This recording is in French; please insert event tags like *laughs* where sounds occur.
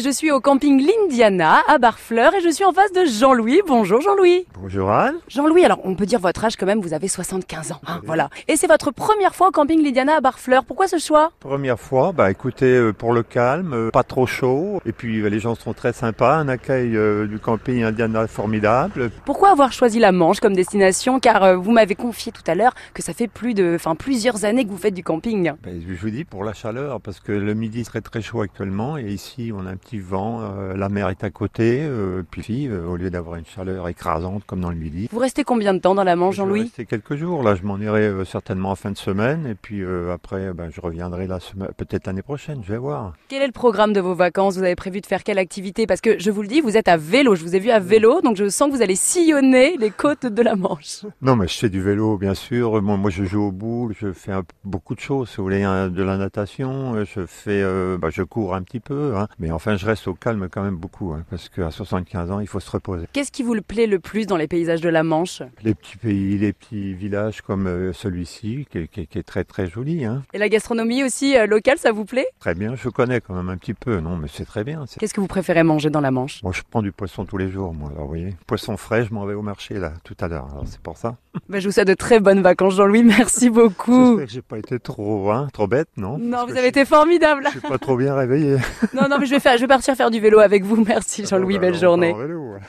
je suis au camping l'Indiana à Barfleur et je suis en face de Jean-Louis. Bonjour Jean-Louis. Bonjour Anne. Jean-Louis, alors on peut dire votre âge quand même, vous avez 75 ans. hein, voilà. Et c'est votre première fois au camping l'Indiana à Barfleur. Pourquoi ce choix Première fois, bah écoutez, euh, pour le calme, euh, pas trop chaud, et puis euh, les gens sont très sympas, un accueil euh, du camping Indiana formidable. Pourquoi avoir choisi la Manche comme destination Car euh, vous m'avez confié tout à l'heure que ça fait plus de, enfin plusieurs années que vous faites du camping. Bah, je vous dis pour la chaleur, parce que le midi serait très chaud actuellement, et ici on a un petit vent, euh, la mer est à côté, euh, puis si, euh, au lieu d'avoir une chaleur écrasante comme dans le midi. Vous restez combien de temps dans la Manche, Je vais Jean-Louis rester quelques jours, là je m'en irai euh, certainement en fin de semaine, et puis euh, après ben, je reviendrai la semaine, peut-être l'année prochaine, je vais voir. Quel est le programme de vos vacances Vous avez prévu de faire quelle activité Parce que je vous le dis, vous êtes à vélo. Je vous ai vu à vélo, donc je sens que vous allez sillonner les côtes de la Manche. Non, mais je fais du vélo, bien sûr. Moi, moi je joue au boule, je fais un- beaucoup de choses. Si vous voulez, hein, de la natation, euh, je fais, euh, bah, je cours un petit peu. hein. Mais enfin, je reste au calme quand même beaucoup, hein, parce qu'à 75 ans, il faut se reposer. *laughs* Qu'est-ce qui vous le plaît le plus dans les paysages de la Manche Les petits pays, les petits villages comme euh, celui-ci, qui, est- qui est- qui est très très joli, hein. Et la gastronomie aussi euh, locale, ça vous plaît Très bien, je connais quand même un petit peu. Non, mais c'est très bien. c'est- Qu'est-ce que vous préférez manger dans la *laughs* Manche Moi, je prends du poisson tous les jours, moi. Alors, vous voyez, poisson frais, je m'en vais au marché là tout à l'heure. Alors, c'est pour ça. Bah, Je vous souhaite de très bonnes vacances, Jean-Louis. Merci beaucoup. J'espère que j'ai pas été trop, hein, trop bête, non Non, Parce que vous je avez suis- été formidable. Je suis pas trop bien réveillé. Non, non, mais je vais, faire, je vais partir faire du vélo avec vous. Merci, Jean-Louis. Ah *laughs* bon, bah, Belle alors, on journée. part en vélo, ouais.